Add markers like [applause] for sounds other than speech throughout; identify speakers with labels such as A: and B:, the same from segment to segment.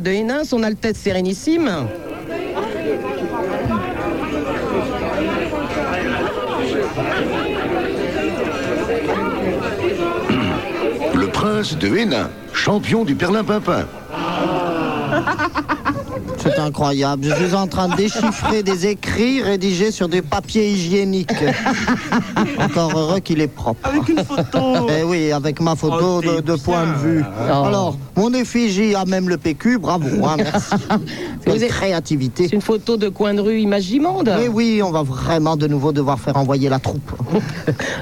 A: de Hénin, son Altesse Sérénissime.
B: Le prince de Hénin, champion du Perlin-Pimpin.
C: C'est incroyable. Je suis en train de déchiffrer des écrits rédigés sur des papiers hygiéniques. Encore heureux qu'il est propre.
D: Avec une photo.
C: Eh oui, avec ma photo
D: Oh,
C: de,
D: t'es
C: de point de
D: bien.
C: vue. Alors, mon effigie a même le PQ, bravo, hein, merci. Quelle
A: Vous êtes-
C: créativité.
A: C'est une photo de coin de rue Imagimonde.
C: Mais oui, on va vraiment de nouveau devoir faire envoyer la troupe.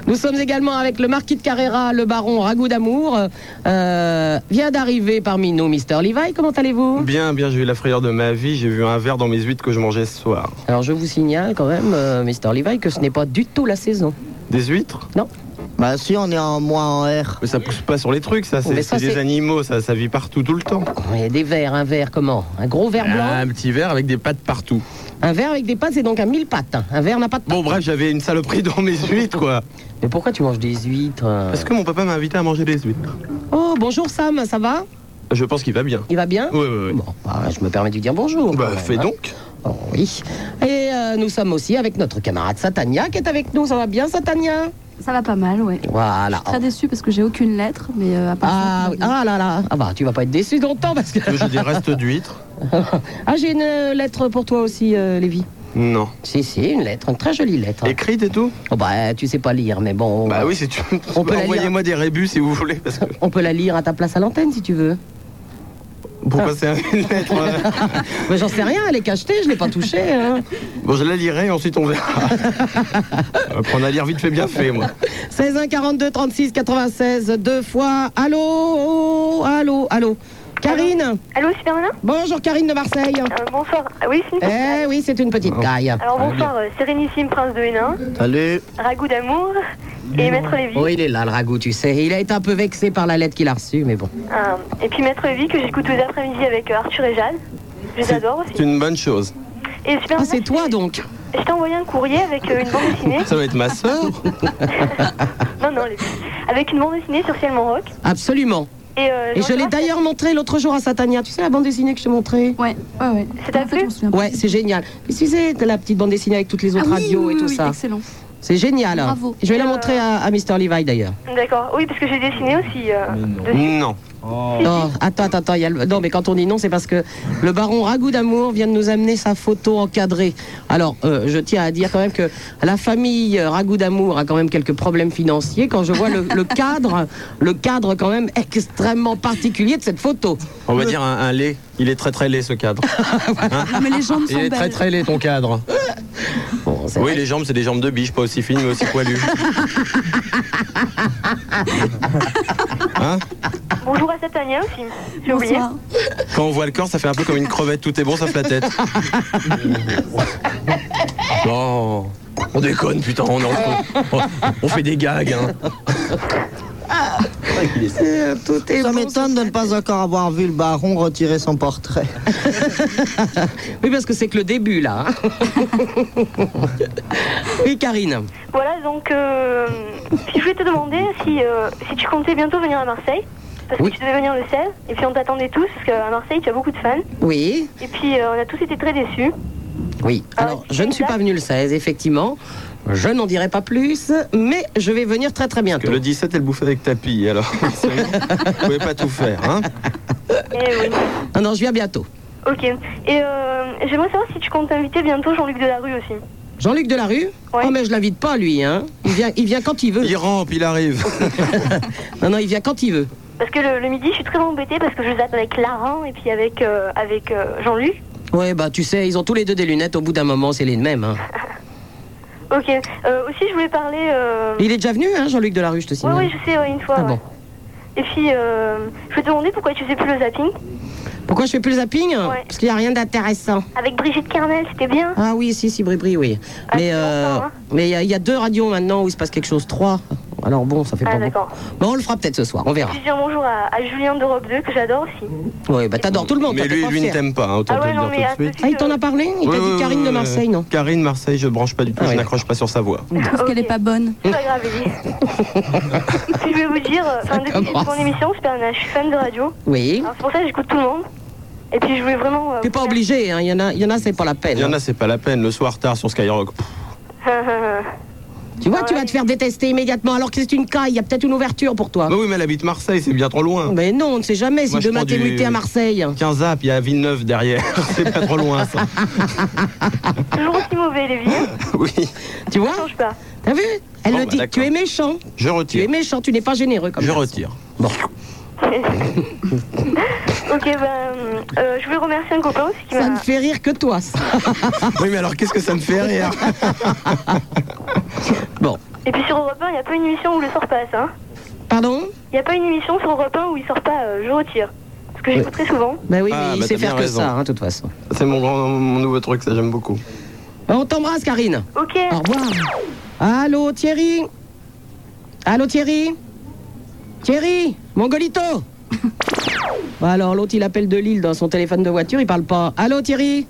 A: Nous sommes également avec le marquis de Carrera, le baron Ragout d'Amour. Euh, vient d'arriver parmi nous Mister Levi. Comment allez-vous
E: Bien, bien, j'ai eu la frayeur de ma vie, j'ai vu un verre dans mes huîtres que je mangeais ce soir.
A: Alors je vous signale quand même, euh, Mister Levi, que ce n'est pas du tout la saison.
E: Des huîtres
A: Non
C: Bah si, on est en moins en R.
E: Mais ça pousse pas sur les trucs, ça,
A: mais
E: c'est
A: ça,
E: c'est des
A: c'est-
E: animaux, ça, ça vit partout, tout le temps.
A: Il y a des verres, un verre comment Un gros verre blanc
E: Un petit verre avec des pattes partout.
A: Un verre avec des pattes, c'est donc un mille pattes. Un verre n'a pas de pattes.
E: Bon, bref, j'avais une saloperie dans mes huîtres, quoi.
A: Mais pourquoi tu manges des huîtres euh
E: Parce que mon papa m'a invité à manger des huîtres.
A: Oh, bonjour Sam, ça va
E: Je pense qu'il va bien.
A: Il va bien
E: Oui, oui, oui.
A: Bon, bah, je me permets de lui dire bonjour. quand
E: Bah,
A: même,
E: fais
A: hein.
E: donc.
A: Oh, oui. Et euh, nous sommes aussi avec notre camarade Satania qui est avec nous. Ça va bien, Satania
F: Ça va pas mal, ouais.
A: Voilà.
F: Très déçu parce que j'ai aucune lettre, mais euh, à part
A: Ah,
F: ça,
A: oui. ah là là. Ah bah, tu vas pas être déçu longtemps parce que.
E: Tu veux,
A: [laughs]
E: J'ai des restes d'huîtres
A: Ah, j'ai une euh, lettre pour toi aussi, euh, Lévi.
E: Non.
A: Si, si, une lettre, une très jolie lettre.
E: Écrites et tout
A: Oh, bah, tu sais pas lire, mais bon.
E: Bah oui, si tu
A: On peut la lire.
E: Envoyez-moi des rébus si vous voulez, parce que
A: On peut la lire à ta place à l'antenne si tu veux.
E: [laughs] pour passer à une lettre. euh,
A: Mais j'en sais rien, elle est cachetée, je l'ai pas touchée.
E: [laughs]
A: hein.
E: Bon, je la lirai et ensuite on [laughs] verra. Prendre à lire vite fait, bien fait, moi.
A: 16 1 42 36 96 deux fois. Allô, allô, allô. Karine,
G: Allô, c'est Bernard
A: bonjour Karine de Marseille.
G: Euh, Bonsoir. Ah Oui, c'est une petite blague.
A: Eh oui, c'est une petite caille.
G: Alors bonsoir, euh, Sérénissime Prince de Hénin,
C: Salut.
G: Ragout d'amour et Maître Lévy.
A: Oh, il est là, le ragoût, tu sais. Il a été un peu vexé par la lettre qu'il a reçue, mais bon.
G: Euh, et puis Maître Lévy que j'écoute tous les après-midi avec euh, Arthur et Jeanne. Je les adore
E: C'est
G: aussi.
E: une bonne chose.
G: Et super
A: Ah, c'est toi donc
G: Je t'ai envoyé un courrier avec euh, une bande
A: [laughs]
G: dessinée.
E: Ça va être ma sœur
G: non, non, Lévy. Avec une bande dessinée sur Ciel Rock.
A: Absolument.
G: Et, euh,
A: Et je l'ai
G: Jean-Jacques,
A: d'ailleurs montré l'autre jour à Satania. Tu sais la bande dessinée que je te montrais
F: Ouais, ouais, ouais.
G: C'est ta
F: En fait,
G: vue
F: je me souviens pas.
A: Ouais, c'est génial. Tu sais, t'as la petite bande dessinée avec toutes les
F: Ah
A: autres
F: oui,
A: radios
F: oui,
A: et tout
F: oui,
A: ça.
F: Excellent.
A: C'est génial.
F: Bravo.
A: Je vais la
G: Et, euh,
A: montrer à, à Mr. Levi d'ailleurs.
G: D'accord. Oui, parce que j'ai dessiné aussi. euh, dessus.
E: Non.
A: Non, Oh, attends, attends, attends. il y a le- Non, mais quand on dit non, c'est parce que le baron Ragout d'Amour vient de nous amener sa photo encadrée. Alors, euh, je tiens à dire quand même que la famille euh, Ragout d'Amour a quand même quelques problèmes financiers. Quand je vois le, le cadre, le cadre quand même extrêmement particulier de cette photo.
E: On va dire un, un lait. Il est très très laid ce [laughs] cadre. Hein
F: Non, Ah, mais les jambes
A: Ah,
E: Il
F: sont
E: est
F: belles.
E: très très laid
F: [laughs]
E: ton cadre.
A: Bon, c'est
E: Oui,
A: vrai.
E: les jambes, c'est des jambes de biche, pas aussi fines mais aussi
F: [laughs]
E: poilues. Hein
G: Bonjour à Satania aussi. J'ai oublié.
F: Bonsoir.
E: Quand on voit le corps, ça fait un peu comme une crevette. Tout est bon, sauf
F: [laughs]
E: la tête. Bon. On déconne, putain, on, est entre- on, on fait des gags. Hein.
A: Euh, tout est
C: Ça
A: bon,
C: m'étonne de ne pas encore avoir vu le baron retirer son [laughs] portrait.
A: c'est- Oui, parce que c'est que le début là. hein.
F: [laughs]
A: oui, Karine.
G: Voilà, donc euh, si je voulais te demander si, euh, si tu comptais bientôt venir à Marseille. Parce que
A: Oui.
G: tu devais venir le 16, et puis on t'attendait tous, parce qu'à Marseille, tu as beaucoup de fans.
A: Oui.
G: Et puis, euh, on a tous été très déçus.
A: Oui,
G: Ah,
A: alors
G: est-ce que
A: je ne
G: c'est
A: suis
G: une
A: pas
G: date
A: venu le 16, effectivement. Je n'en dirai pas plus, mais je vais venir très très
E: Que
A: bientôt.
E: le 17, elle bouffait avec
A: [laughs]
E: tapis. Alors, vous pouvez pas tout faire. Hein
G: Eh oui.
A: Non, non, je viens bientôt.
G: Ok. Et euh, j'aimerais savoir si tu comptes inviter bientôt Jean-Luc Delarue aussi.
A: Jean-Luc Delarue
G: Ouais.
A: Oh, mais je l'invite pas, lui. Hein. Il, vient, il vient quand il veut.
E: il rampe, il arrive.
A: [laughs] Non, non, il vient quand il veut.
G: Parce que le, le midi, je suis très embêtée parce que je zappe avec Laurent et puis avec, euh, avec euh, Jean-Luc.
A: Ouais, bah tu sais, ils ont tous les deux des lunettes. Au bout d'un moment, c'est les mêmes. hein.
G: Ah Ok. Euh, aussi, je voulais parler. Euh...
A: Il est déjà venu, hein, Jean-Luc Delarue, je te
G: Ouais,
A: signale.
G: ouais, je sais, ouais, une fois.
A: Ah
G: ouais.
A: bon.
G: Et puis, euh, je voulais te demander pourquoi tu faisais plus le zapping.
A: Pourquoi je fais plus le zapping
G: Ouais.
A: Parce qu'il n'y a rien d'intéressant.
G: Avec Brigitte Carnel, c'était bien.
A: Ah oui, si, si, Bribri, oui.
G: Ah,
A: mais
G: c'est
A: euh,
G: longtemps, hein.
A: mais il y, a- il y a deux radios maintenant où il se passe quelque chose. Trois. Alors bon, ça fait
G: Ah,
A: pas
G: d'accord.
A: beaucoup. Bon, on le fera peut-être ce soir, on verra.
G: Puis je dis un bonjour à, à Julien d'Europe 2 que j'adore aussi.
A: [laughs] Oui, bah t'adores tout le monde.
E: Mais
A: toi, t'es
E: lui,
A: pas
E: lui ne
A: fier.
E: t'aime pas, hein, autant
G: Ah
E: te
G: ouais,
E: le
G: non, mais
E: dire
G: à
E: tout de
G: tout de
E: suite.
A: Ah, il t'en a parlé Il t'a
E: Ouais, ouais,
A: dit Karine
E: ouais,
A: de
E: ouais.
A: Marseille, non
E: Karine Marseille, je branche pas du tout,
A: Ah ouais,
E: je n'accroche pas sur sa voix.
F: Parce qu'elle est pas bonne.
G: C'est pas grave, Ellie.
A: [laughs]
G: puis je voulais vous dire, euh, enfin, depuis que je fais
A: commence.
G: mon émission, Super Nana, je suis fan de radio.
A: Oui.
G: Alors, c'est pour ça que j'écoute tout le monde.
H: Et puis je voulais vraiment. euh,
A: T'es pas
H: vous dire-
A: obligé, hein. il y en a, il y en a c'est pas la peine.
E: Il y en
A: hein.
E: a, c'est pas la peine. Le soir tard sur Skyrock. Pff,
A: Tu vois, tu
H: Ouais.
A: vas te faire détester immédiatement alors que c'est une caille, il y a peut-être une ouverture pour toi.
E: Bah oui, mais elle habite Marseille, c'est bien trop loin.
A: Mais non, on ne sait jamais si
E: Moi, je
A: demain
E: prends
A: t'es
E: du-
A: muté à Marseille.
E: 15 apps, il y a Villeneuve derrière. [laughs] c'est pas trop
A: [laughs]
E: loin, ça.
H: Toujours aussi mauvais, les vieux.
E: Oui,
A: Tu vois
H: Ça change pas.
A: T'as vu Elle
E: Bon,
A: le
E: bah,
A: dit,
E: d'accord.
A: tu es méchant.
E: je
A: Tu es
E: retire.
A: méchant, tu n'es pas généreux comme
E: Je
A: ça.
E: retire.
H: Ok, ben, euh, je voulais remercier un copain aussi qui
A: Ça ne
H: m'a.
A: fait rire que toi. ça.
E: [laughs] Oui, mais alors qu'est-ce que ça me fait rire
H: Et puis sur Europe 1, il n'y a pas une émission où le sort passe. Hein.
A: Pardon
H: Il n'y a pas une émission sur Europe 1 où il sort pas, euh, je retire. Parce que j'écoute très souvent.
A: Ben oui,
E: Ah,
A: mais il
E: bah,
A: sait
E: t'as
A: faire
E: bien
A: que
E: raison.
A: ça, hein, de toute façon.
E: C'est mon, grand, mon nouveau truc, ça j'aime beaucoup.
A: On t'embrasse, Karine.
H: Ok.
A: Au revoir. Allô, Thierry Allô, Thierry Thierry Mongolito Bah Alors, l'autre, il appelle de Lille dans son téléphone de voiture, il parle pas. Allô, Thierry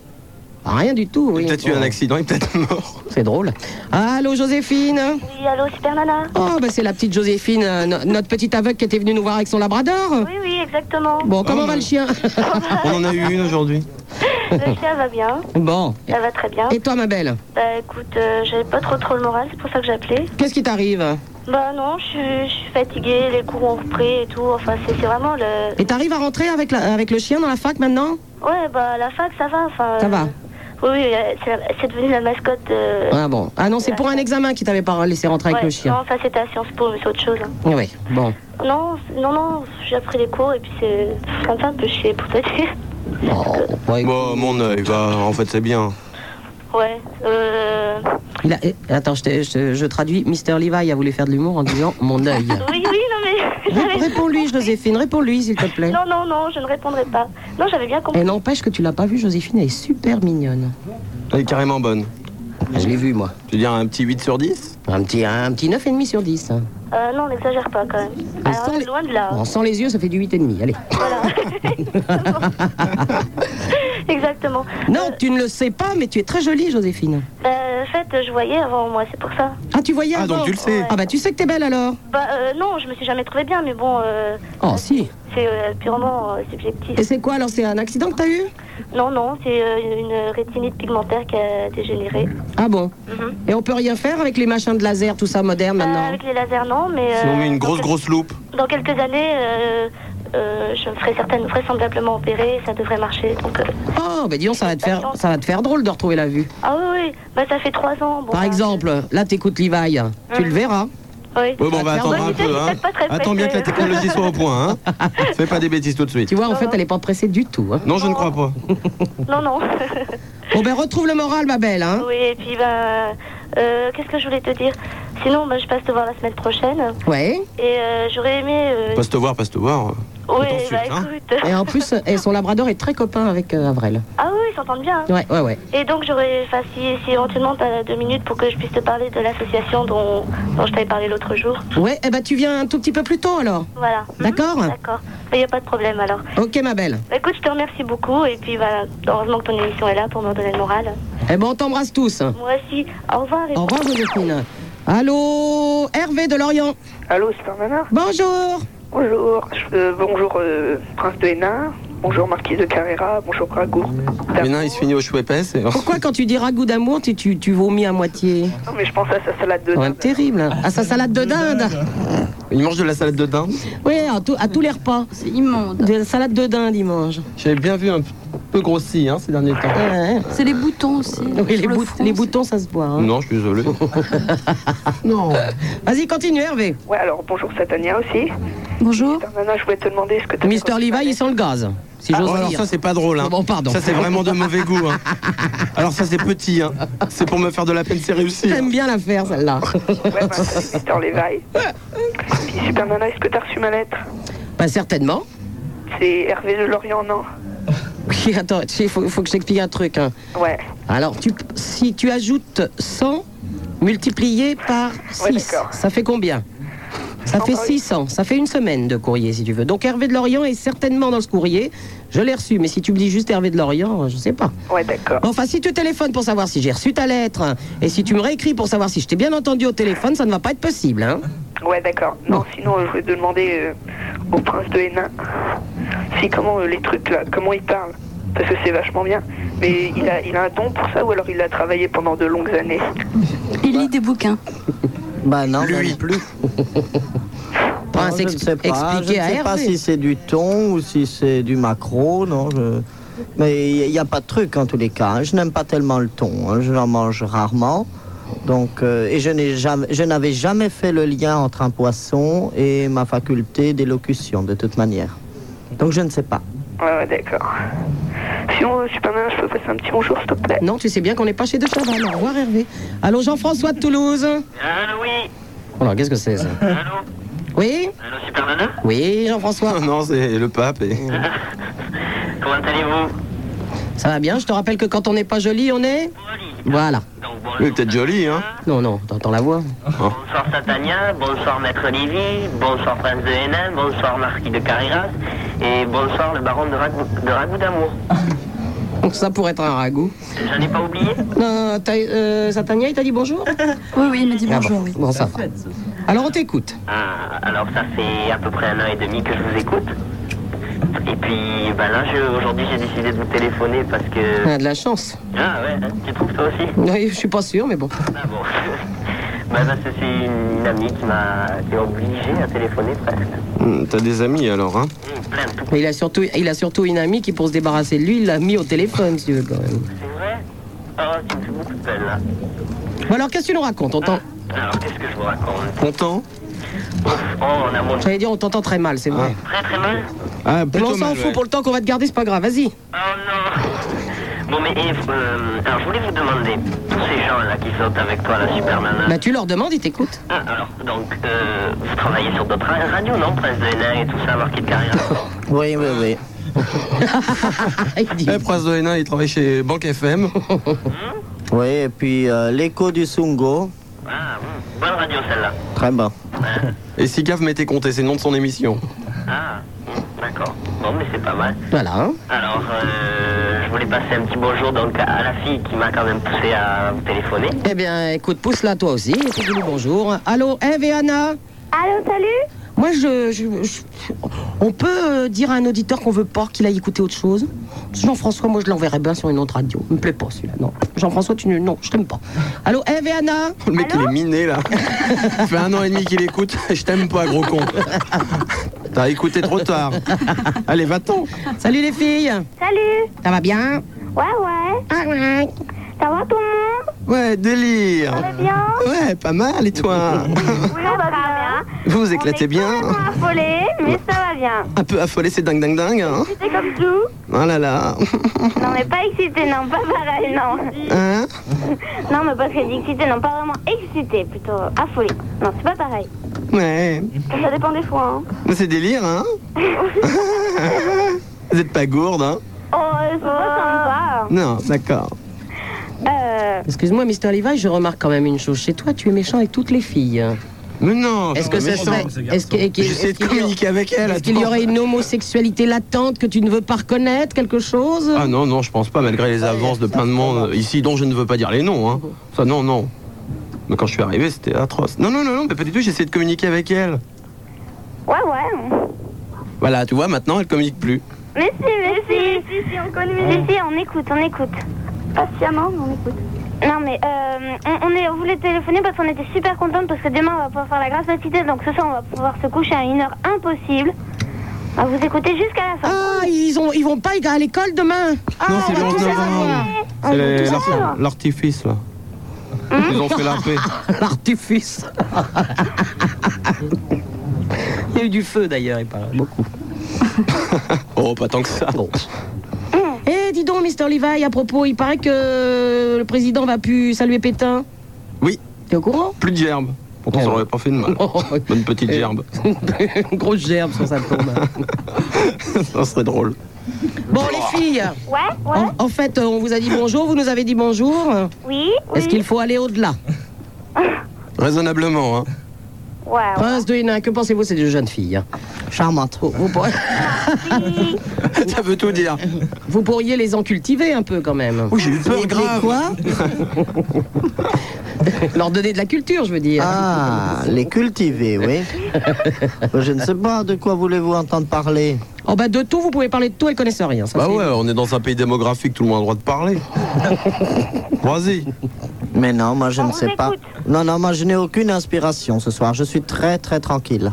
A: Ah, Rien du tout, oui.
E: peut-être eu un
A: Oh,
E: accident, il est peut-être mort.
A: C'est drôle. Allô, Joséphine
H: Oui, allô, Super Nana
A: Oh, bah c'est la petite Joséphine, euh, no- notre petite aveugle qui était venue nous voir avec son labrador.
H: Oui, oui, exactement.
A: Bon, comment
E: Oh.
A: va le chien
E: [laughs] On en a eu une aujourd'hui.
H: Le chien va bien,
A: Bon.
H: ça va très bien.
A: Et toi, ma belle
H: Bah écoute, euh, j'avais pas trop trop le moral, c'est pour ça que j'appelais.
A: Qu'est-ce qui t'arrive
H: Bah non, je suis- je suis fatiguée, les cours ont repris et tout. Enfin, c'est c'est vraiment le.
A: Et t'arrives à rentrer avec, la- avec le chien dans la fac maintenant
H: Ouais, bah à la fac, ça va. Enfin,
A: Ça
H: euh,
A: va.
H: Oui, oui, euh, c'est c'est devenu la mascotte. euh,
A: Ah bon. Ah non, c'est pour un examen qui t'avait pas laissé rentrer avec
H: ouais,
A: le chien.
H: Non, ça c'était à Sciences Po, mais c'est autre chose. hein.
A: Oui, bon.
H: Non, c'est- non, non, j'ai appris les cours et puis c'est. Ça me fait un peu chier pour te dire.
A: [laughs]
H: [laughs]
A: Ouais,
E: Bon, mon œil, bah, en fait, c'est bien.
H: Ouais. Euh...
A: il a- eh, Attends, je, te- je te- je traduis. Mr. Levi a voulu faire de l'humour en disant mon œil.
H: [laughs] Oui, oui, non, mais.
A: Ré-
H: j'avais-
A: Réponds-lui, Joséphine, réponds-lui, s'il te plaît.
H: Non, non, non, je ne répondrai pas. Non, j'avais bien compris.
A: Et n'empêche que tu l'as pas vue, Joséphine, elle est super mignonne.
E: Elle est carrément bonne.
A: Je l'ai vue, moi.
E: Tu veux dire un petit 8 sur 10
A: Un petit, un petit 9,5 sur 10. hein.
H: Euh, non, n'exagère pas quand même.
A: Mais
H: Alors,
A: Oh, sans les-
H: loin de là.
A: On sent les yeux, ça fait du 8,5. Allez.
H: Voilà. [laughs] Exactement.
A: Non, tu ne le sais pas, mais tu es très jolie, Joséphine.
H: Euh, en fait, je voyais avant moi, c'est pour ça.
A: Ah, tu voyais
E: Ah,
A: avant
E: donc tu le sais.
A: Ah, bah, tu sais que t'es belle alors
H: Bah euh, non, je me suis jamais trouvée bien, mais bon, euh,
A: Oh, si.
H: c'est euh, purement euh, subjectif.
A: Et c'est quoi alors C'est un accident que t'as eu
H: Non, non, c'est euh, une rétinite pigmentaire qui a dégénéré.
A: Ah bon
H: Mhm.
A: Et on peut rien faire avec les machins de laser, tout ça moderne
H: Euh,
A: maintenant
H: avec les lasers, non, mais.
E: Si
H: euh,
E: on met une grosse,
H: dans,
E: grosse loupe.
H: Dans quelques années, euh, euh, je me ferai certainement vraisemblablement opérer, ça devrait marcher. Donc, euh,
A: Oh, ben dis donc, ça va, te faire, ça va te faire drôle de retrouver la vue.
H: Ah oui, oui, bah ça fait trois ans. bon,
A: Par
H: bah,
A: exemple, là, t'écoutes Levi, tu le verras. Ah.
H: Oui.
E: Ouais, bon, on va
A: Attends,
E: attendre
A: ouais,
E: un
H: c'est-
E: peu.
H: c'est
E: Hein.
H: peut-être pas très
E: Attends bien que la
H: pressé.
E: technologie soit au point. Hein.
A: [laughs]
E: Fais pas des bêtises tout de suite.
A: Tu vois, en fait, elle est pas pressée du tout. Hein.
E: Non, je ne crois pas.
A: [laughs]
H: Non, non.
A: Bon, ben retrouve le moral, ma belle. Hein.
H: oui, et puis, bah, euh, qu'est-ce que je voulais te dire Sinon, bah, je passe te voir la semaine prochaine.
A: Ouais.
H: Et euh, j'aurais aimé. euh,
E: Passe te voir, passe te voir.
H: oui,
E: t'en
H: bah
E: suivre, hein.
H: écoute.
A: Et en
H: [laughs]
A: plus, euh, et son labrador est très copain avec euh, Avrel.
H: Ah oui, ils s'entendent bien. hein.
A: Ouais, ouais, ouais.
H: Et donc, j'aurais. Enfin, si, si éventuellement, t'as deux minutes pour que je puisse te parler de l'association dont, dont je t'avais parlé l'autre jour.
A: Ouais, eh ben tu viens un tout petit peu plus tôt alors.
H: Voilà.
A: D'accord
H: D'accord. Il n'y a pas de problème alors.
A: Ok, ma belle.
H: Bah, écoute, je te remercie beaucoup. Et puis, bah, heureusement que ton émission est là pour me redonner le moral.
A: Eh ben, on t'embrasse tous.
H: Moi aussi. Au revoir. et-
A: Au revoir, Joséphine. Allô, Hervé de Lorient.
I: Allô, c'est un nanar
A: Bonjour.
I: Bonjour. Euh, bonjour, euh, Prince de Hénin. Bonjour, Marquis de Carrera. Bonjour, Ragour.
E: Mais non, il se finit au chouepes. et-
A: Pourquoi, quand tu dis ragoût d'amour, tu, tu, tu vomis à moitié
I: Non, mais je pense à sa salade de
A: C'est quand même
I: dinde.
A: terrible.
J: Ah,
A: hein. À sa salade de dinde.
E: Il mange de la salade de dinde.
A: Oui, à, tout- à tous les repas.
J: C'est immonde.
A: De la salade de dinde, il mange.
E: J'avais bien vu un peu grossi hein, ces derniers temps.
A: Ouais.
J: C'est les boutons aussi.
A: Oui, les,
J: sur le
A: bout-
J: front,
A: les
J: c'est-
A: boutons, ça se boit. hein. Ah.
E: Non, je
C: [laughs]
E: suis désolé. non.
A: Vas-y, continue, Hervé.
I: Ouais, alors bonjour, Satania aussi.
J: Bonjour.
I: C'est un nanar, je voulais te demander ce que tu
A: Mister Levi, il sent le gaz. Si j'ose
E: Oh, alors
A: dire.
E: ça, c'est pas drôle. Hein.
A: Bon, pardon.
E: Ça, c'est vraiment de mauvais goût.
C: [laughs]
E: hein. Alors ça, c'est petit. Hein. C'est pour me faire de la peine, c'est réussi.
A: J'aime bien la faire, celle-là.
I: Ouais,
A: [laughs]
I: ben, salut, Mister Levi. Puis, Super Nana, est-ce que t'as reçu ma lettre
A: Pas Bah, certainement.
I: C'est Hervé de Lorient, non
A: Oui, attends, tu sais, il faut, faut que je t'explique un truc. hein.
I: Ouais,
A: Alors, tu, si tu ajoutes 100 multiplié par 6,
I: Ouais, d'accord.
A: ça fait combien ça fait 600, ça fait une semaine de courrier si tu veux. Donc Hervé de Lorient est certainement dans ce courrier. Je l'ai reçu, mais si tu me dis juste Hervé de Lorient, je sais pas.
I: ouais, d'accord.
A: Enfin, si tu téléphones pour savoir si j'ai reçu ta lettre, hein, et si tu me réécris pour savoir si je t'ai bien entendu au téléphone, ça ne va pas être possible. Hein
I: Ouais, d'accord. Non, sinon, euh, je voulais te demander euh, au Prince de Hénin si comment euh, les trucs là, comment ils parlent. parce que c'est vachement bien. Mais il a, il a un don pour ça, ou alors il l'a travaillé pendant de longues années.
G: Il lit des bouquins.
C: Bah non, lui [laughs] plus.
A: Prince,
C: Non, je ne
A: expl-
C: sais pas. Je ne
A: expliquez à
C: sais pas
A: Hervé.
C: si c'est du thon ou si c'est du macro, non. je- Mais il n'y a pas de truc en tous les cas. hein. Je n'aime pas tellement le thon. hein. Je l'en mange rarement. Donc, euh, et je n'ai jamais, je n'avais jamais fait le lien entre un poisson et ma faculté d'élocution, de toute manière. Donc je ne sais pas.
I: Ouais, ouais, d'accord. Sinon, euh, Superman, je peux passer un petit bonjour, s'il te plaît
A: Non, tu sais bien qu'on n'est pas chez De Chavannes. Au revoir, Hervé. Allô, Jean-François de Toulouse.
K: Allô, Euh, oui.
A: Oh là, qu'est-ce que c'est, ça
K: Allô,
A: Oui
K: allô, Super Nana
A: Oui, Jean-François.
E: Non, c'est le
K: [laughs]
E: pape. Et...
K: Comment allez-vous
A: Ça va bien, je te rappelle que quand on n'est pas joli, on est...
K: Poli.
A: Voilà.
K: Donc, bonjour,
E: Oui, peut-être joli, hein.
A: Non, non, t'entends la voix.
E: Oh.
K: Bonsoir Satania, bonsoir Maître Lévy, bonsoir Prince de Hénin, bonsoir Marquis de Carriras et bonsoir le baron de, Ragou, de Ragout-d'Amour.
A: Donc ça pourrait être un ragoût.
K: J'en ai pas oublié
G: Ah,
A: Ah, Non, t'as- euh, Satania, il t'a dit bonjour
G: [laughs] Oui, oui, il m'a dit
A: Ah bon,
G: bonjour, oui.
A: bon, ça va. Alors, on t'écoute.
K: Ah, alors ça fait à peu près un an et demi que je vous écoute. Et puis, ben là, je- aujourd'hui, j'ai décidé de vous téléphoner parce
A: On
K: que...
A: a de la chance.
K: Ah ouais, hein, tu trouves toi aussi
A: Oui, je suis pas sûr, mais bon.
K: Ah bon. Ben parce que c'est une amie qui m'a qui m'a obligé à téléphoner presque.
E: Hum, T'as des amis alors, hein
K: Hum, plein de tout.
A: Mais il a surtout, il a surtout une amie qui, pour se débarrasser de lui, l'a mis au téléphone, si tu veux, quand même.
K: C'est vrai Oh, tu me fais beaucoup de peine là.
A: Bon, alors, qu'est-ce que tu nous racontes On t'en-
K: Alors, qu'est-ce que je vous raconte
E: Content
K: Oh, on a monté
A: J'allais dire, on t'entend très mal, c'est vrai.
K: très très mal.
E: Ah,
A: Mais
E: plutôt
A: on s'en
E: mal,
A: fout,
E: ouais.
A: pour le temps qu'on va te garder, c'est pas grave, vas-y.
K: Oh non Bon mais Yves, euh, alors je voulais vous demander, tous ces gens là qui sortent avec toi la super nana.
A: Bah, tu leur demandes, ils t'écoutent.
K: Ah, alors donc euh, vous travaillez sur d'autres ra- radios, non Prince de Hénin et tout ça, Marquis
A: [laughs]
K: de Carrière.
C: Oui, oui, oui.
A: Ah, il dit.
E: [laughs] Eh, Prince de Hénin, il travaille chez Banque FM.
C: Oui, et puis euh, l'écho du Sungo,
K: ah hum, bonne radio celle-là.
C: très bon.
E: Et si Cave m'était compté, c'est le nom de son émission.
K: Ah hum, d'accord. Bon mais c'est pas mal.
A: Voilà, hein.
K: Alors euh, je voulais passer un petit bonjour donc à- à la fille qui m'a quand même poussé à vous téléphoner.
A: Eh bien, écoute, pousse-la toi aussi. écoute nous bonjour. Allô, Eve et Anna
L: Allô, salut
A: Moi, je, je- je- On peut euh, dire à un auditeur qu'on veut pas qu'il aille écouter autre chose Jean-François, moi, je l'enverrai bien sur une autre radio. Il me plaît pas, celui-là, non. Jean-François, tu ne... Non, je t'aime pas. Allô, hein, Eve et Anna
E: Le mec, il est miné
L: [laughs]
E: là. Ça fait un an et demi qu'il écoute. Je t'aime pas, gros con. T'as écouté trop tard. Allez, va-t'en.
A: Salut les filles
L: Salut
A: Ça va bien
L: Ouais, ouais.
A: Ah ouais.
L: Ça va tout le monde
E: Ouais, délire.
L: Ça va bien
E: Ouais, pas mal, et toi
L: Oui, ça va bien.
E: Vous vous
L: On est
E: éclatez bien
L: complètement affolés, mais ça va bien.
E: Un peu affolé, c'est dingue, dingue, dingue. Hein
L: C'est comme tout.
E: oh là là.
L: Non, mais pas excité, non, pas pareil, non.
E: Hein
L: Non, mais parce que dit excité, non, pas vraiment excité, plutôt affolé. Non, c'est pas pareil.
E: Ouais.
L: Ça dépend des fois, hein.
E: Mais C'est délire, hein Vous êtes pas gourde, hein
L: Oh, c'est pas sympa.
E: Non, d'accord.
L: Euh,
A: Excuse-moi, Mr. Levi, je remarque quand même une chose. Chez toi, tu es méchant avec toutes les filles.
E: Mais non,
A: Est-ce
E: je
A: que
E: suis
A: ça
E: méchant.
A: serait... Est-ce que- est-ce qu'il-
E: J'essaie
A: est-ce
E: de
A: qu'il y aurait-
E: communiquer avec elle.
A: est-ce qu'il y
E: attends.
A: aurait une homosexualité latente que tu ne veux pas reconnaître, quelque chose
E: Ah non, non, je pense pas, malgré les avances de plein de monde euh, ici, dont je ne veux pas dire les noms. Hein. Ça, non, non. Mais quand je suis arrivé, c'était atroce. Non, non, non, non, mais pas du tout, j'essayais de communiquer avec elle.
L: ouais, ouais.
E: Voilà, tu vois, maintenant, elle communique plus.
L: Mais si, mais si. Si, si, on connaît. Si, si, on écoute, on écoute. Patiemment, mais on écoute. Non, mais euh, on, on est, on voulait téléphoner parce qu'on était super contentes parce que demain, on va pouvoir faire la grasse matinée. Donc ce soir, on va pouvoir se coucher à une heure impossible. On va vous écouter jusqu'à la fin.
A: Ah, ils, ont, ils vont pas à l'école demain Ah,
E: non, c'est le 11 novembre. C'est les- Hein
L: tout
E: l'art-
L: savoir.
E: l'artifice, là. Ils ont fait la paix.
A: [laughs]
E: [laughs]
A: L'artifice Il y a eu du feu d'ailleurs, il paraît, beaucoup.
E: [laughs] Oh, pas tant que ça.
A: Eh, dis donc, Mr. Levi, à propos, il paraît que le président va plus saluer Pétain.
E: Oui.
A: T'es au courant Eh
E: Plus de gerbe. Pourtant, ça aurait pas fait de
A: [laughs]
E: mal. Bonne petite gerbe.
A: Une Eh. [laughs] grosse gerbe sur sa tombe.
E: [laughs] ça serait drôle.
A: Bon, les filles,
L: Ouais, ouais.
A: en, en fait, euh, on vous a dit bonjour, vous nous avez dit bonjour.
L: Oui, oui.
A: Est-ce qu'il faut aller au-delà
E: Raisonnablement, hein. [laughs]
L: Ouais, ouais.
A: Prince de Hénin, que pensez-vous de ces deux jeunes filles
C: Charmante.
A: hein Vous,
C: [laughs]
A: vous pourrez-
E: ça veut tout dire.
A: vous pourriez les en cultiver un peu quand même.
E: Oh, j'ai eu peur
C: Les quoi
A: [laughs] Leur donner de la culture, je veux dire.
C: Ah, les cultiver,
A: [laughs]
C: oui. Je ne sais pas de quoi voulez-vous entendre parler.
A: Oh bah de tout, vous pouvez parler de tout, elles connaissent rien. ça,
E: Bah
A: c'est-
E: ouais, on est dans un pays démographique, tout le monde a le droit de parler. [laughs] Vas-y.
C: Mais non, moi je
L: On
C: ne
L: vous
C: sais pas.
L: écoute.
C: Non, non, moi je n'ai aucune inspiration ce soir. Je suis très très tranquille.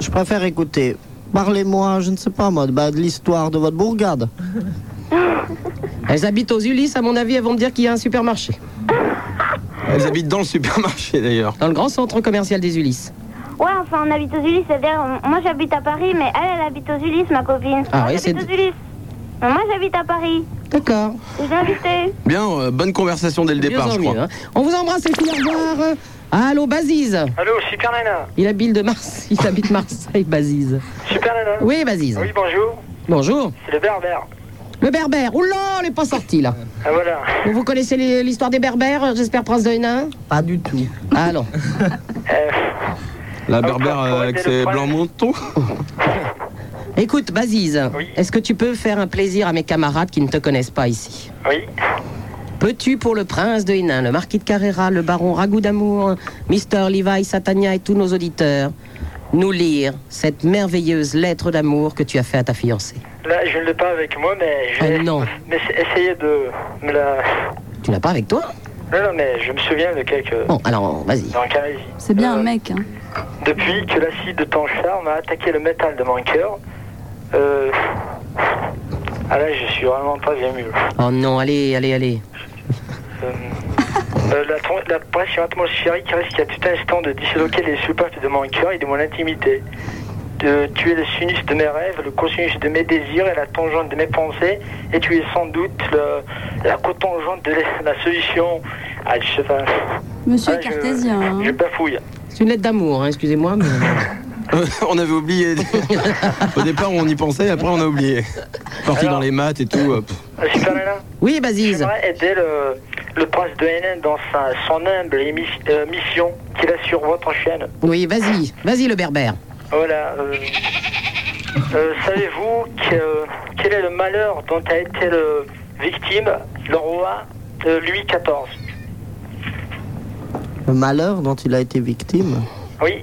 C: Je préfère écouter. Parlez-moi, je ne sais pas moi, de- bah, de l'histoire de votre bourgade.
A: [laughs] Elles habitent aux Ulysses, à mon avis, elles vont me dire qu'il y a un supermarché.
E: Elles habitent dans le supermarché d'ailleurs.
A: Dans le grand centre commercial des Ulysses.
L: Ouais, enfin, on habite aux Ulysses, c'est-à-dire, on- moi j'habite à Paris, mais elle, elle habite aux Ulysses, ma copine.
A: Ah
L: moi,
A: ouais,
L: j'habite
A: c'est-
L: aux Ulysses. Mais moi j'habite à Paris.
A: D'accord.
L: Je l'ai invitée.
E: Bien, euh, bonne conversation dès le
A: De mieux
E: départ,
A: en
E: je crois.
A: mieux, hein. On vous embrasse, les filles, au revoir. Euh, Allô, Baziz.
M: Allô, Super Nana
A: Il habite, de Marse- [laughs] il habite Marseille, Baziz.
M: Super Nana
A: Oui, Baziz.
M: Oui, bonjour,
A: Bonjour.
M: c'est le berbère.
A: Le berbère. Oula, on n'est pas sorti là.
M: Ah voilà.
A: Bon, Vous connaissez les- l'histoire des berbères, euh, j'espère, Prince de Hénin
C: Pas du tout. [laughs]
A: Ah non.
M: Euh,
E: La
M: Ah,
E: berbère
M: pour- pour
E: euh, avec
M: aider le
E: ses blancs
M: problème.
A: [laughs]
E: montons.
A: Écoute, Baziz,
M: Oui.
A: est-ce que tu peux faire un plaisir à mes camarades qui ne te connaissent pas ici
M: oui,
A: Peux-tu pour le prince de Hénin, le marquis de Carrera, le baron Ragout d'Amour, Mister Levi, Satania et tous nos auditeurs nous lire cette merveilleuse lettre d'amour que tu as fait à ta fiancée
M: là, je ne l'ai pas avec moi, mais je
A: Ah
M: vais
A: non.
M: mais c'est- essayer de me la...
A: Tu l'as pas avec toi
M: Non, non, mais je me souviens de quelques...
A: Bon, alors vas-y.
M: Dans Carré.
G: C'est bien
M: Euh,
G: un mec. hein.
M: Depuis que l'acide de ton charme a attaqué le métal de mon cœur, euh... Ah là, je suis vraiment pas bien mieux.
A: Oh non, allez, allez, allez.
M: Euh, euh, la, tron- la pression atmosphérique risque à tout instant de disloquer les soupapes de mon cœur et de mon intimité, de tuer le sinus de mes rêves, le cosinus de mes désirs et la tangente de mes pensées, et tu es sans doute le- la cotangente de la solution. Ah, je sais pas.
G: Monsieur
M: Ah, je-
G: cartésien. hein.
M: Je bafouille.
A: C'est une lettre d'amour, hein,
M: [laughs]
A: excusez-moi. mais-
E: Euh, on
A: [laughs]
E: avait oublié. Au départ, on y pensait, après, on a oublié. Parti
M: Alors
E: dans les maths et tout. euh, pff.
M: Ah, Super Nana,
A: Oui, Baziz.
M: j'aimerais aider le, le prince de Hénin dans sa, son humble émi- euh, mission qu'il a sur votre chaîne.
A: Oui, vas-y, vas-y le berbère.
M: Voilà. euh, euh, Savez-vous que, euh, quel est le malheur dont a été le victime le roi euh, Louis XIV
C: Le malheur dont il a été victime.
M: Oui,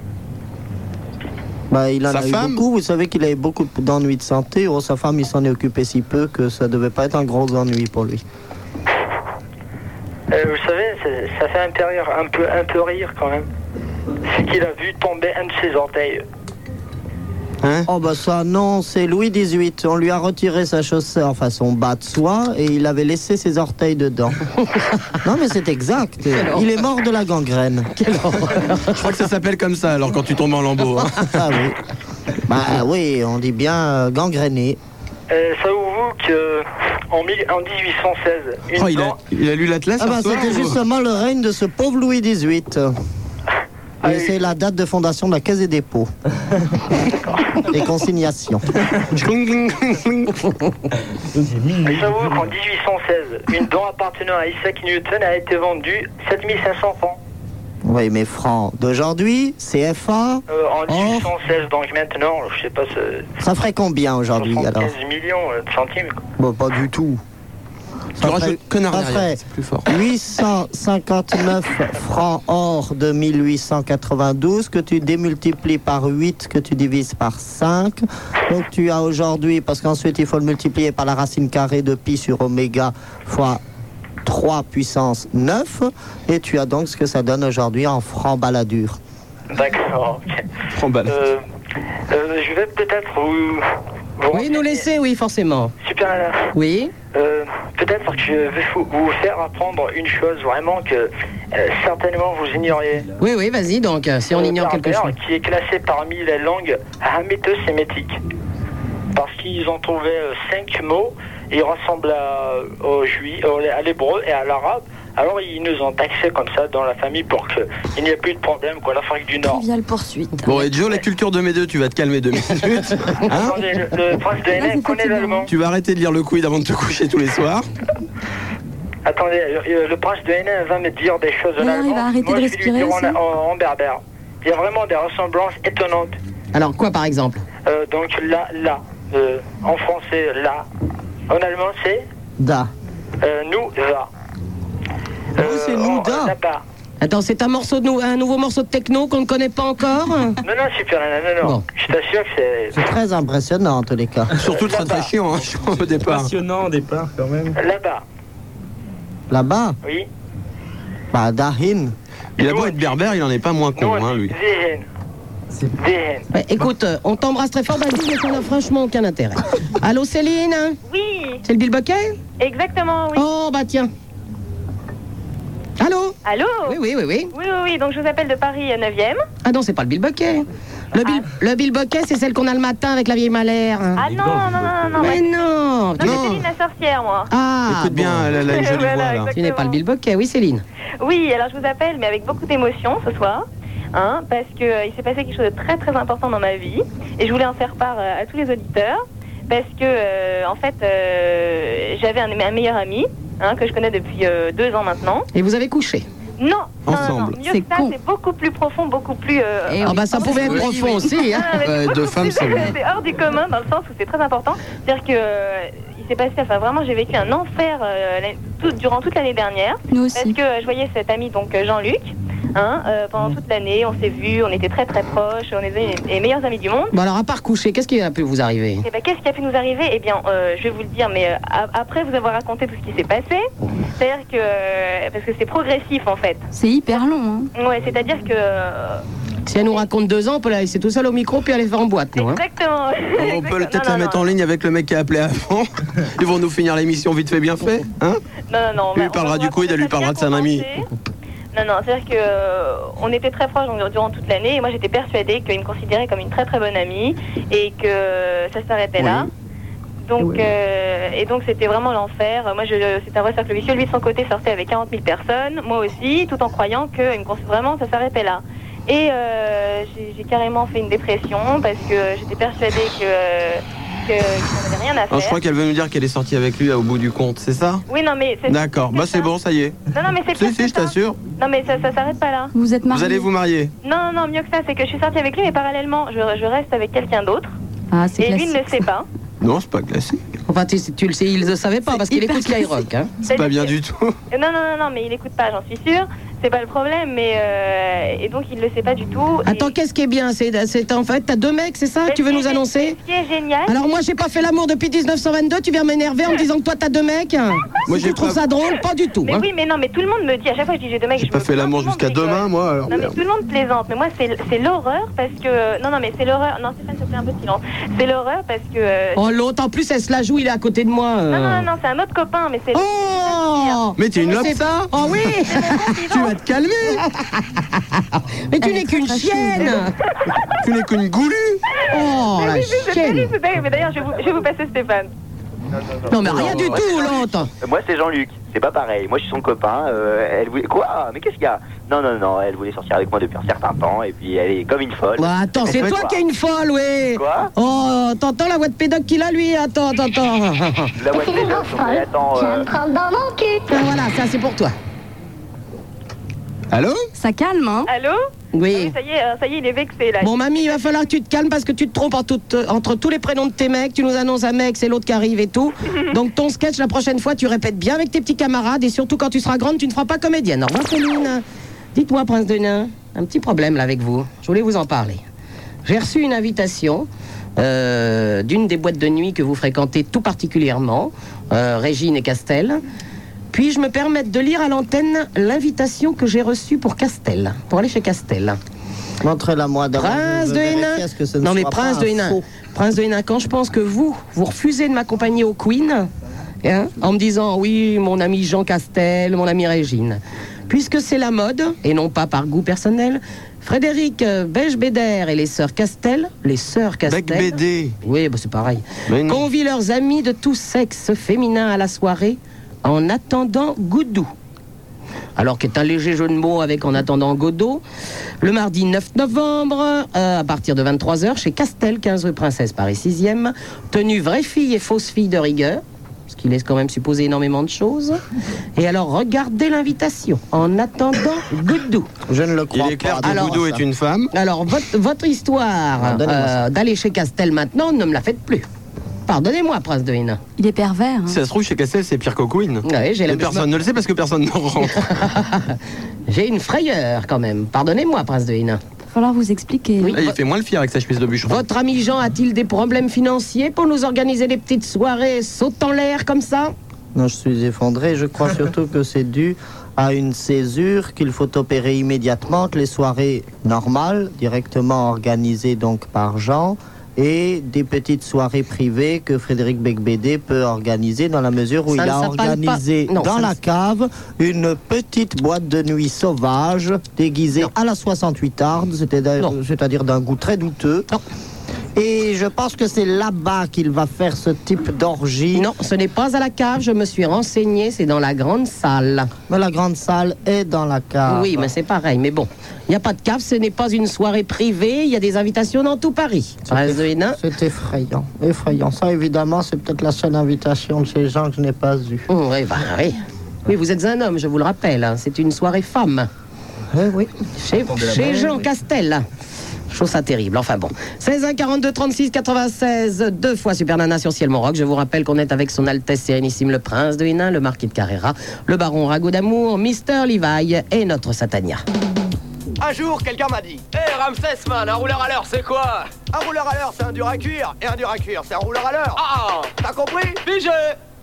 C: Bah, il en
E: Sa
C: a
E: femme
C: eu beaucoup. Vous savez qu'il avait beaucoup d'ennuis de santé. Oh, sa femme, il s'en est occupé si peu que ça devait pas être un gros ennui pour lui.
M: Euh, vous savez, c'est- ça fait un peu, rire, un, peu, un peu rire quand même. C'est qu'il a vu tomber un de ses orteils.
E: Hein
C: Oh bah ça non, c'est Louis XVIII. On lui a retiré sa chaussure, enfin son bas de soie, et il avait laissé ses orteils
E: [laughs]
C: dedans. non mais c'est exact. Il est mort de la
E: [laughs]
C: gangrène.
A: Quelle horreur.
E: Je crois que ça s'appelle comme ça, alors quand tu tombes en lambeau. hein.
C: [laughs] Ah oui. Bah oui, on dit bien euh, gangréné.
M: Euh, Savez-vous que en, mille- en 1816, une
E: Oh, il, a,
M: blan-
E: il a lu l'Atlas
C: Ah bah
E: hier soir,
C: c'était
E: ou-
C: justement le règne de ce pauvre Louis XVIII.
M: Ah
C: Et
M: oui.
C: c'est la date de fondation de la Caisse des
E: [laughs]
C: dépôts. Des consignations.
E: Cling, cling, cling, cling.
M: savez-vous qu'en 1816, une dent appartenant à Isaac Newton a été vendue 7500 francs
C: Oui, mais francs d'aujourd'hui, CFA,
M: Euh, en
C: Oh.
M: 1816, donc maintenant, je sais pas, c'est
C: ça ferait combien aujourd'hui alors
M: 75 millions euh, de centimes. quoi.
C: Bon, pas du tout.
E: Tu rajoutes connard
C: ça
E: derrière,
C: ferait
E: c'est plus fort.
C: 859 francs or de 1892 que tu démultiplies par 8, que tu divises par 5. Donc tu as aujourd'hui, parce qu'ensuite il faut le multiplier par la racine carrée de pi sur oméga fois 3 puissance 9. Et tu as donc ce que ça donne aujourd'hui en francs baladure.
M: D'accord. ok.
E: Prends balle.
M: Euh, euh, je vais peut-être vous. vous
A: Oui, nous
M: renseigner.
A: laisser, oui, forcément.
M: Super Nana.
A: Oui.
M: Euh, peut-être que je vais vous- vous faire apprendre une chose vraiment que euh, certainement vous ignoriez.
A: Oui, oui, vas-y donc, euh, si on
M: Le
A: ignore quelque
M: berbère
A: chose.
M: Qui est classé parmi les langues haméto-sémitiques. Parce qu'ils ont trouvé euh, cinq mots, ils ressemblent à, euh, au juif, au- à l'hébreu et à l'arabe. Alors ils nous ont taxés comme ça dans la famille pour qu'il n'y ait plus de problème, quoi, l'Afrique du Nord.
G: Triviale poursuite.
E: Bon, et Joe, la culture de mes deux, tu vas te calmer deux [laughs] minutes. Hein
M: Attendez, le, le prince de
G: Là,
M: Hénin
G: c'est
M: connaît
G: fatigant.
M: l'allemand.
E: tu vas arrêter de lire le quid avant de te coucher tous les soirs.
M: Attendez, euh, le prince de Hénin va me dire des choses en
G: Là, il
M: allemand.
G: va arrêter
M: Moi,
G: de
M: je vais lui dire
G: respirer
M: en, euh, en- en berbère. Il y a vraiment des ressemblances étonnantes.
A: Alors, quoi par exemple
M: Euh, donc là, là. Euh, en français, là. En allemand, c'est
C: Da.
M: Euh, nous, va.
E: Ah,
C: Oh, c'est Nouda.
M: en Napa.
A: Attends, c'est un, morceau de nou- un nouveau morceau de techno qu'on ne connaît pas
L: [laughs]
A: encore
M: Euh, Non, non, super Nana, non, non.
A: Bon.
M: Je t'assure que c'est.
C: C'est très impressionnant en tous les cas.
E: Ah, Surtout très très chiant, hein, je crois, au départ.
N: Passionnant au départ quand même.
M: Là-bas,
C: Là-bas,
M: oui.
C: bah Dahin.
E: Il a beau être berbère, il en est pas moins
M: Nous,
E: con,
M: on
E: hein,
M: dit
E: lui.
M: Zehen.
N: C'est-
M: Zehen.
A: Ouais, Écoute, euh, on t'embrasse très fort, Basile, mais ça n'a franchement aucun
L: [laughs]
A: intérêt. Allô, Céline
L: Oui,
A: C'est le Bill Bucket
L: exactement, oui.
A: Oh, bah tiens. Allô
L: Allô
A: Oui, oui, oui, oui.
L: Oui, oui, oui, donc je vous appelle de Paris euh, 9e.
A: Ah non, c'est pas le Bill Bucket. Le Bill, le Bill Bucket, c'est celle qu'on a le matin avec la vieille malaire.
L: Ah non, non, non, non, non,
A: Mais
L: ouais.
A: non
L: non,
A: tu-
L: c'est Céline la sorcière, moi.
A: Oh, Ah
E: Écoute bien, elle
L: [laughs]
E: a une jolie voix,
L: Voilà,
E: là.
L: exactement.
A: Tu n'es pas le Bill Bucket, oui, Céline.
L: Oui, alors je vous appelle, mais avec beaucoup d'émotion ce soir, hein, parce que euh, il s'est passé quelque chose de très très important dans ma vie, et je voulais en faire part euh, à tous les auditeurs, parce que euh, en fait, euh, j'avais un, un meilleur ami hein, que je connais depuis euh, deux ans maintenant.
A: Et vous avez couché.
L: Non, non, non, non,
E: Ensemble.
L: mieux
G: C'est
L: que ça,
G: con.
L: c'est beaucoup plus profond, beaucoup plus. euh,
G: Et
A: Ah
G: oui.
A: bah ça pouvait être
E: Oui,
A: profond
E: oui.
A: aussi. Hein.
L: [laughs] Ah, mais
E: Euh,
L: c'est
E: deux
L: beaucoup
E: femmes,
L: plus-
E: c'est bien.
L: C'est hors du commun dans le sens où c'est très important. C'est-à-dire que euh, il s'est passé, enfin vraiment, j'ai vécu un enfer euh, la- tout- durant toute l'année dernière
G: Nous
L: parce
G: aussi.
L: que euh, je voyais cet ami donc euh, Jean-Luc. Hein, euh, pendant toute l'année, on s'est vus, on était très très proches, on était les, les meilleurs amis du monde.
A: Bon alors à part coucher, qu'est-ce qui a pu vous arriver
L: Et ben, qu'est-ce qui a pu nous arriver Eh bien, euh, je vais vous le dire, mais euh, a- après vous avoir raconté tout ce qui s'est passé, c'est-à-dire que euh, parce que c'est progressif en fait.
G: C'est hyper long. Hein.
L: Ouais, c'est-à-dire que euh,
A: Si elle nous raconte deux ans, on peut la laisser tout seul au micro puis aller faire en boîte, nous. hein.
L: exactement.
E: On
L: [laughs] Exactement.
E: peut peut-être
L: Non,
E: la
L: non,
E: mettre en ligne avec le mec qui a appelé avant. Ils vont nous finir l'émission vite fait, bien fait. Hein
L: Non, non, non. on
E: Lui,
L: va-
E: il parlera
L: on va
E: du coude, elle lui
L: raconter
E: parlera de
L: ça
E: sa
L: bien
E: mamie.
L: commencé. Non, non, c'est-à-dire que euh, on était très proches donc, durant toute l'année et moi j'étais persuadée qu'il me considérait comme une très très bonne amie et que ça s'arrêtait là. Donc, euh, et donc c'était vraiment l'enfer. Moi, je, c'était un vrai cercle vicieux. Lui, de son côté, sortait avec 40 000 personnes, moi aussi, tout en croyant que il me cons- vraiment ça s'arrêtait là. Et euh, j'ai, j'ai carrément fait une dépression parce que j'étais persuadée que, euh, que, qu'on n'avait rien à faire.
E: Alors, Ah, je crois qu'elle veut nous dire qu'elle est sortie avec lui au bout du compte, c'est ça
L: Oui, non, mais c'est.
E: D'accord, bah c'est
L: ça.
E: bon, ça y est.
L: Non, non, mais c'est
E: Si,
L: pire
E: si,
L: que
E: je
L: ça.
E: t'assure.
L: Non, mais ça, ça s'arrête pas là.
G: Vous êtes mariés
E: Vous allez vous marier.
L: Non, non, non, mieux que ça, c'est que je suis sortie avec lui, mais parallèlement, je, je reste avec quelqu'un d'autre.
G: Ah, c'est
L: Et lui ne
G: classique.
L: le
E: [laughs]
L: sait pas.
E: Non, c'est pas classique.
A: Enfin, tu, tu le sais, il ne savait pas parce qu'il
G: hyper
A: écoute Skyrock. Hein.
E: C'est pas bien du tout.
L: Non, non, non, non, mais il écoute pas, j'en suis sûre. C'est pas le problème, mais. euh, Et donc, il le sait pas du tout. et-
A: Attends, qu'est-ce qui est bien C'est c'est- en fait, t'as deux mecs, c'est ça
L: Mais
A: que Tu veux
L: ce qui
A: nous
L: est-
A: annoncer
L: Ce qui est génial.
A: Alors moi, j'ai pas fait l'amour depuis 1922. Tu viens m'énerver en me disant que toi, t'as deux mecs Moi,
E: Moi,
A: je
E: j'ai
A: trouve
E: pas-
A: ça drôle, pas du tout.
L: mais
A: hein.
L: oui, mais non, mais tout le monde me dit, à chaque fois que je dis j'ai deux mecs,
E: J'ai
L: je
E: pas
L: me
E: fait
L: plains,
E: l'amour
L: tout le monde
E: jusqu'à
L: rigole.
E: demain, moi, alors
L: Non mais
E: merde.
L: tout le monde plaisante, mais moi c'est c'est l'horreur parce que non non mais c'est l'horreur. Non Stéphane, s'il te plaît un peu de silence. C'est l'horreur parce que euh,
A: Oh, l'autre, en plus, elle se la joue, il est à côté de moi. euh.
L: non non non, non, c'est un autre copain, mais c'est
A: Oh
E: Mais t'es une lope,
A: C'est ça Oh oui
E: tu vas te calmer.
A: Mais tu
G: Elle
A: n'es
G: est très,
A: qu'une
G: très
A: chienne
E: [laughs] Tu n'es qu'une goulue.
A: Oh la
L: c'est terrible,
A: chienne
L: c'est terrible. Mais d'ailleurs je vais vous- je vais vous passer Stéphane.
A: Non mais rien du tout l'autre
K: Euh, Moi, c'est Jean-Luc. C'est pas pareil. Moi, je suis son copain. euh, elle voulait quoi Mais qu'est-ce qu'il y a Non, non, non. Elle voulait sortir avec moi depuis un certain temps, et puis elle est comme une folle.
A: Ouais, Bah, Attends, c'est
K: fait,
A: toi
K: quoi
A: qui as une folle, oui
K: Quoi
A: Oh, t'entends la voix de pédoc qu'il a lui Attends, attends, attends
K: La voix de tes gens, mais attends. euh,
A: Ben voilà, ça c'est pour toi.
E: Allô
G: Ça calme, hein
L: Allô Ah
A: Oui.
L: Ça y est, euh, ça y est, il est vexé là.
A: Bon, mamie, il va falloir que tu te calmes parce que tu te trompes en toute- entre tous les prénoms de tes mecs. Tu nous annonces un mec, c'est l'autre qui arrive et tout. Donc, ton sketch, la prochaine fois, tu répètes bien avec tes petits camarades et surtout quand tu seras grande, tu ne feras pas comédienne. Au revoir, Céline. Dites-moi, Prince de Nain, un petit problème là avec vous. Je voulais vous en parler. J'ai reçu une invitation euh, d'une des boîtes de nuit que vous fréquentez tout particulièrement, euh, Régine et Castel. Puis-je me permettre de lire à l'antenne l'invitation que j'ai reçue pour Castel, pour aller chez Castel
C: Montrez-la moi d'abord.
A: Prince
C: Je
A: de
C: vérifie
A: Hénin.
C: à ce que ce ne
A: Non mais
C: soit
A: Prince
C: pas
A: de
C: un
A: Hénin.
C: faux.
A: Prince de Hénin, quand je pense que vous, vous refusez de m'accompagner au Queen, hein, en me disant oui, mon ami Jean Castel, mon ami Régine. Puisque c'est la mode, et non pas par goût personnel, Frédéric Beigbeder et les sœurs Castel, les sœurs Castel.
E: Bec BD.
A: Oui, bah, c'est pareil.
E: Mais non.
A: Convient leurs amis de tout sexe féminin à la soirée en attendant Goudou. Alors qu'est un léger jeu de mots avec en attendant Godot. Le mardi 9 novembre, euh, à partir de 23h, chez Castel, 15 rue Princesse, Paris 6e. Tenue vraie fille et fausse fille de rigueur. Ce qui laisse quand même supposer énormément de choses. Et alors, regardez l'invitation. En attendant Goudou.
C: Je ne le crois
E: Il
C: pas.
E: est clair que
C: Alors,
E: Boudou
C: ça.
E: est une femme.
A: Alors, votre, votre histoire
C: Ah, donnez-moi
A: euh, d'aller chez Castel maintenant, ne me la faites plus. Pardonnez-moi, prince de Hénin.
G: Il est pervers. hein.
E: Si ça se trouve, chez Cassel, c'est pire que Queen.
A: Ouais, j'ai la
E: Et personne ne le sait parce que personne ne [laughs] rentre.
C: [laughs]
A: J'ai une frayeur quand même. Pardonnez-moi, prince de Hénin.
G: Il va falloir vous expliquer.
E: Là, il fait moins le fier avec sa chemise de bûcheron.
A: Votre ami Jean a-t-il des problèmes financiers pour nous organiser des petites soirées sautant l'air comme ça
C: Non, je suis effondré. Je
A: [laughs]
C: crois surtout que c'est dû à une césure qu'il faut opérer immédiatement, que les soirées normales, directement organisées donc par Jean, et des petites soirées privées que Frédéric Becbédé peut organiser dans la mesure où il
A: Ça ne
C: a
A: s'appelle pas-
C: organisé
A: non, ça
C: dans
A: ne-
C: la cave une petite boîte de nuit sauvage déguisée à la 68 arde, c'est-à-dire c'est-à-dire d'un goût très douteux. Et je pense que c'est là-bas qu'il va faire ce type d'orgie.
A: Non, ce n'est pas à la cave, je me suis renseigné, c'est dans la grande salle.
C: Mais la grande salle est dans la cave.
A: Oui, mais c'est pareil, mais bon. Il n'y a pas de cave, ce n'est pas une soirée privée, il y a des invitations dans tout Paris. Prince de Hénin
C: C'est effrayant, effrayant. Ça, évidemment, c'est peut-être la seule invitation de ces gens que je n'ai pas eue.
A: Oh, Oui, bah oui. Oui, vous êtes un homme, je vous le rappelle. hein. C'est une soirée femme.
C: Eh oui.
A: Chez, chez Jean Castel. Je trouve ça terrible. Enfin bon. 16 1 42 36 96, deux fois Super Nana sur Ciel Mont-Roc. Je vous rappelle qu'on est avec son Altesse Sérénissime le Prince de Hénin, le Marquis de Carrera, le Baron Rago d'Amour, Mister Livaille et notre Satania.
O: Un jour, quelqu'un m'a dit Hé Ramsès, man, un rouleur à l'heure, c'est quoi Un rouleur à l'heure, c'est un dur à cuire, et un dur à cuire, c'est un rouleur à l'heure. Ah T'as compris Pigé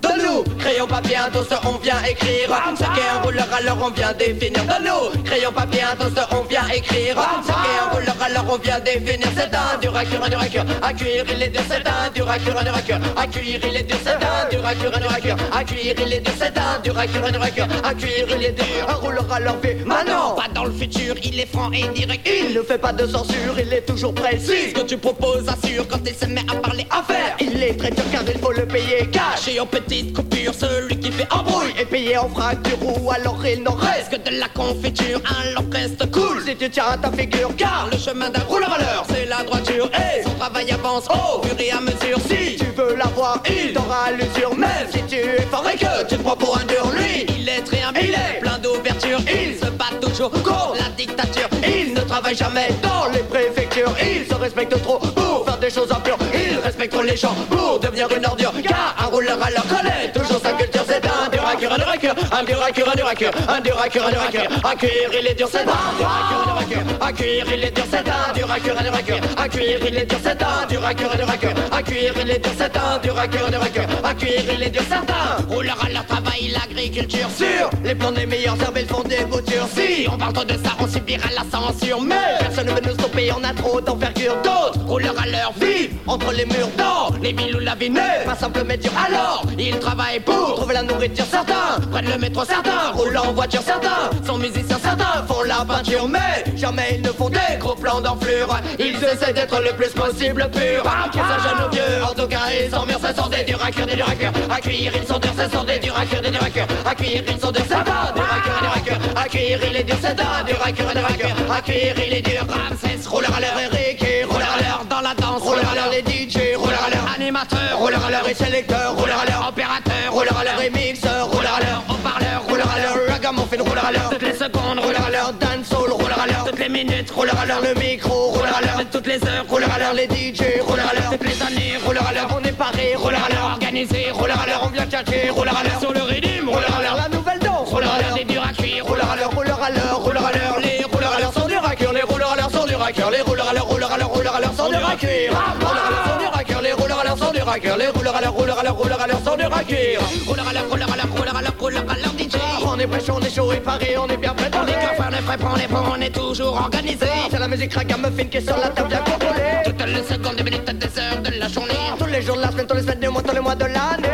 O: Donne-nous Crayon, papier, un toaster, on vient écrire Ce qu'est un rouleur à l'heure, on vient définir Donne-nous Crayon, papier, un toaster, on vient écrire Ce qu'est un rouleur à l'heure, on vient définir C'est un dur à cuire, un dur à cuire À cuire, il est dur, c'est un dur à cuire, un dur à cuire À cuire, il est dur, c'est un dur à cuire, un dur à cuire À cuire, il est dur, c'est un dur à cuire, un dur à cuire À cuire, il est dur Un rouleur à l'heure fait maintenant Pas dans le futur, il est franc et direct Il ne fait pas de censure, il est toujours précis Ce que tu proposes assure quand il se met à parler à faire Il est très dur car il faut le payer cash Et en petite coupure, celui qui fait embrouille Est payé en fracture ou alors il n'en reste que de la confiture hein, Alors reste cool si tu tiens à ta figure Car le chemin d'un rouleur à l'heure, c'est la droiture Et son travail avance au fur et à mesure Oh. Si tu veux l'avoir, il t'aura l'usure Même si tu es fort et que tu te prends pour un dur Lui, il est très humble, il est plein d'ouverture Il se bat toujours contre la dictature Il ne travaille jamais dans les préfectures Il se respecte trop pour faire des choses impures Il respecte trop les gens pour devenir une ordure Car un rouleur à leur connaît toujours sa culture C'est un dur à cuire, un dur à cuire Un dur à cuire, un dur à cuire Un dur à cuire, un dur à cuire À cuire, il est dur, c'est un dur à cuire, un dur à cuire À cuire, il est dur, c'est un dur à cuire, un dur à cuire À cuire, il est dur, c'est un dur à cuire, un dur à cuire À cuire, il est dur, c'est un dur à cuire, un dur à cuire À cuire, il est dur, certain Rouleur à leur travail, l'agriculture Sur les plans des meilleurs herbes, ils font des boutures Si on parle trop de ça, on subira la censure Mais personne ne veut nous stopper, on a trop d'envergure D'autres rouleurs à leur vie Entre les murs d'or, les villes ou la vie n'est Pas simple mais dur Alors, ils travaillent pour trouver la nourriture Certains prennent le métro, certains roulent en voiture Certains sont musiciens, certains font la peinture Mais jamais ils ne font des gros plans d'enflure Ils essaient d'être le plus possible pur Ah, qu'ils à jeunes ou vieux, en tout cas ils s'emmerdent Ça sort des durs à cuire, des durs à cuire À cuire, ils sont durs, ça sort des durs à cuire, des durs à cuire À cuire, ils sont durs, ça va, dur à cuire, dur à cuire À cuire, il est dur, ça va, dur à cuire, dur à cuire À cuire, il est dur, Ramsès, rouleur à l'heure Eric et rouleur à l'heure dans la danse Rouleur à l'heure les DJ, rouleur à l'heure animateur Rouleur à l'heure et sélecteur, rouleur à l'heure opérateur Rouleur à l'heure et mixeur, rouleur à l'heure haut-parleur Rouleur à l'heure ragamuffin, rouleur à l'heure Toutes les secondes, rouleur à l'heure dancehall, rouleur à l'heure Toutes les minutes, rouleur à l'heure le micro, rouleur à l'heure Toutes les heures, rouleur à l'heure les DJ, rouleur à l'heure Toutes les années, rouleur à l'heure on est paré, rouleur à l'heure organisé Rouleur à l'heure on vient tchatcher, rouleur à l'heure sur le rythme Rouleur à l'heure la nouvelle danse, rouleur à l'heure des durs à cuire Rouleur à l'heure, rouleur à l'heure, rouleur à l'heure Les rouleurs à l'heure sont durs à cuire, les rouleurs à l'heure sont durs à cuire Les rouleurs à l'heure, rouleurs à l'heure, rouleurs à l'heure sont durs à cuire Rouleurs à l'heure sont durs à cuire, les rouleurs à l'heure sont durs à cuire Les rouleurs à l'heure, rouleurs à l'heure, rouleurs à l'heure sont durs à cuire Rouleurs à l'heure, rouleurs à l'heure, rouleurs à l'heure, rouleurs à l'heure DJ On est prêche, on est chaud et paré, on est bien prêt On est coiffé, on est frais, on est bon, on est toujours organisé C'est la musique ragamuffin qui est sur la table, bien contrôlée Toutes les secondes, des minutes, des heures de la journée Tous les jours de la semaine, tous les semaines du mois, tous les mois de l'année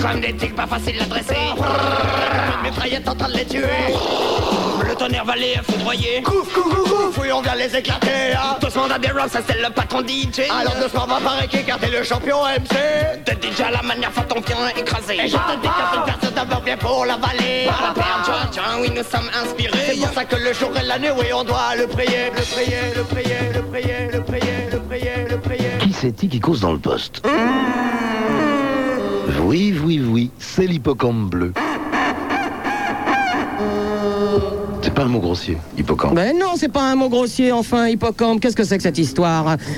O: comme des tics pas faciles à dresser. Une Mitraillette en train de les tuer. Le tonnerre va les foudroyer. Couf, couf, couf, couf, oui, on vient les éclater. Hein. Doucement, à des rocks, ça c'est le patron DJ. Alors doucement, va pas réquer, car t'es le champion MC. De DJ à la manière, faut ton bien écraser. Et je te dis que cette personne d'abord bien pour la vallée. Par la paire, John, John, oui, nous sommes inspirés. C'est pour ça que le jour et la nuit, oui, on doit le prier. Le prier, le prier, le prier, le prier, le prier, le prier.
B: Qui c'est-il qui cause dans le poste Oui, oui, oui, c'est l'hippocampe bleu. C'est pas un mot grossier, hippocampe.
A: Ben non, c'est pas un mot grossier, enfin, hippocampe, qu'est-ce que c'est que cette histoire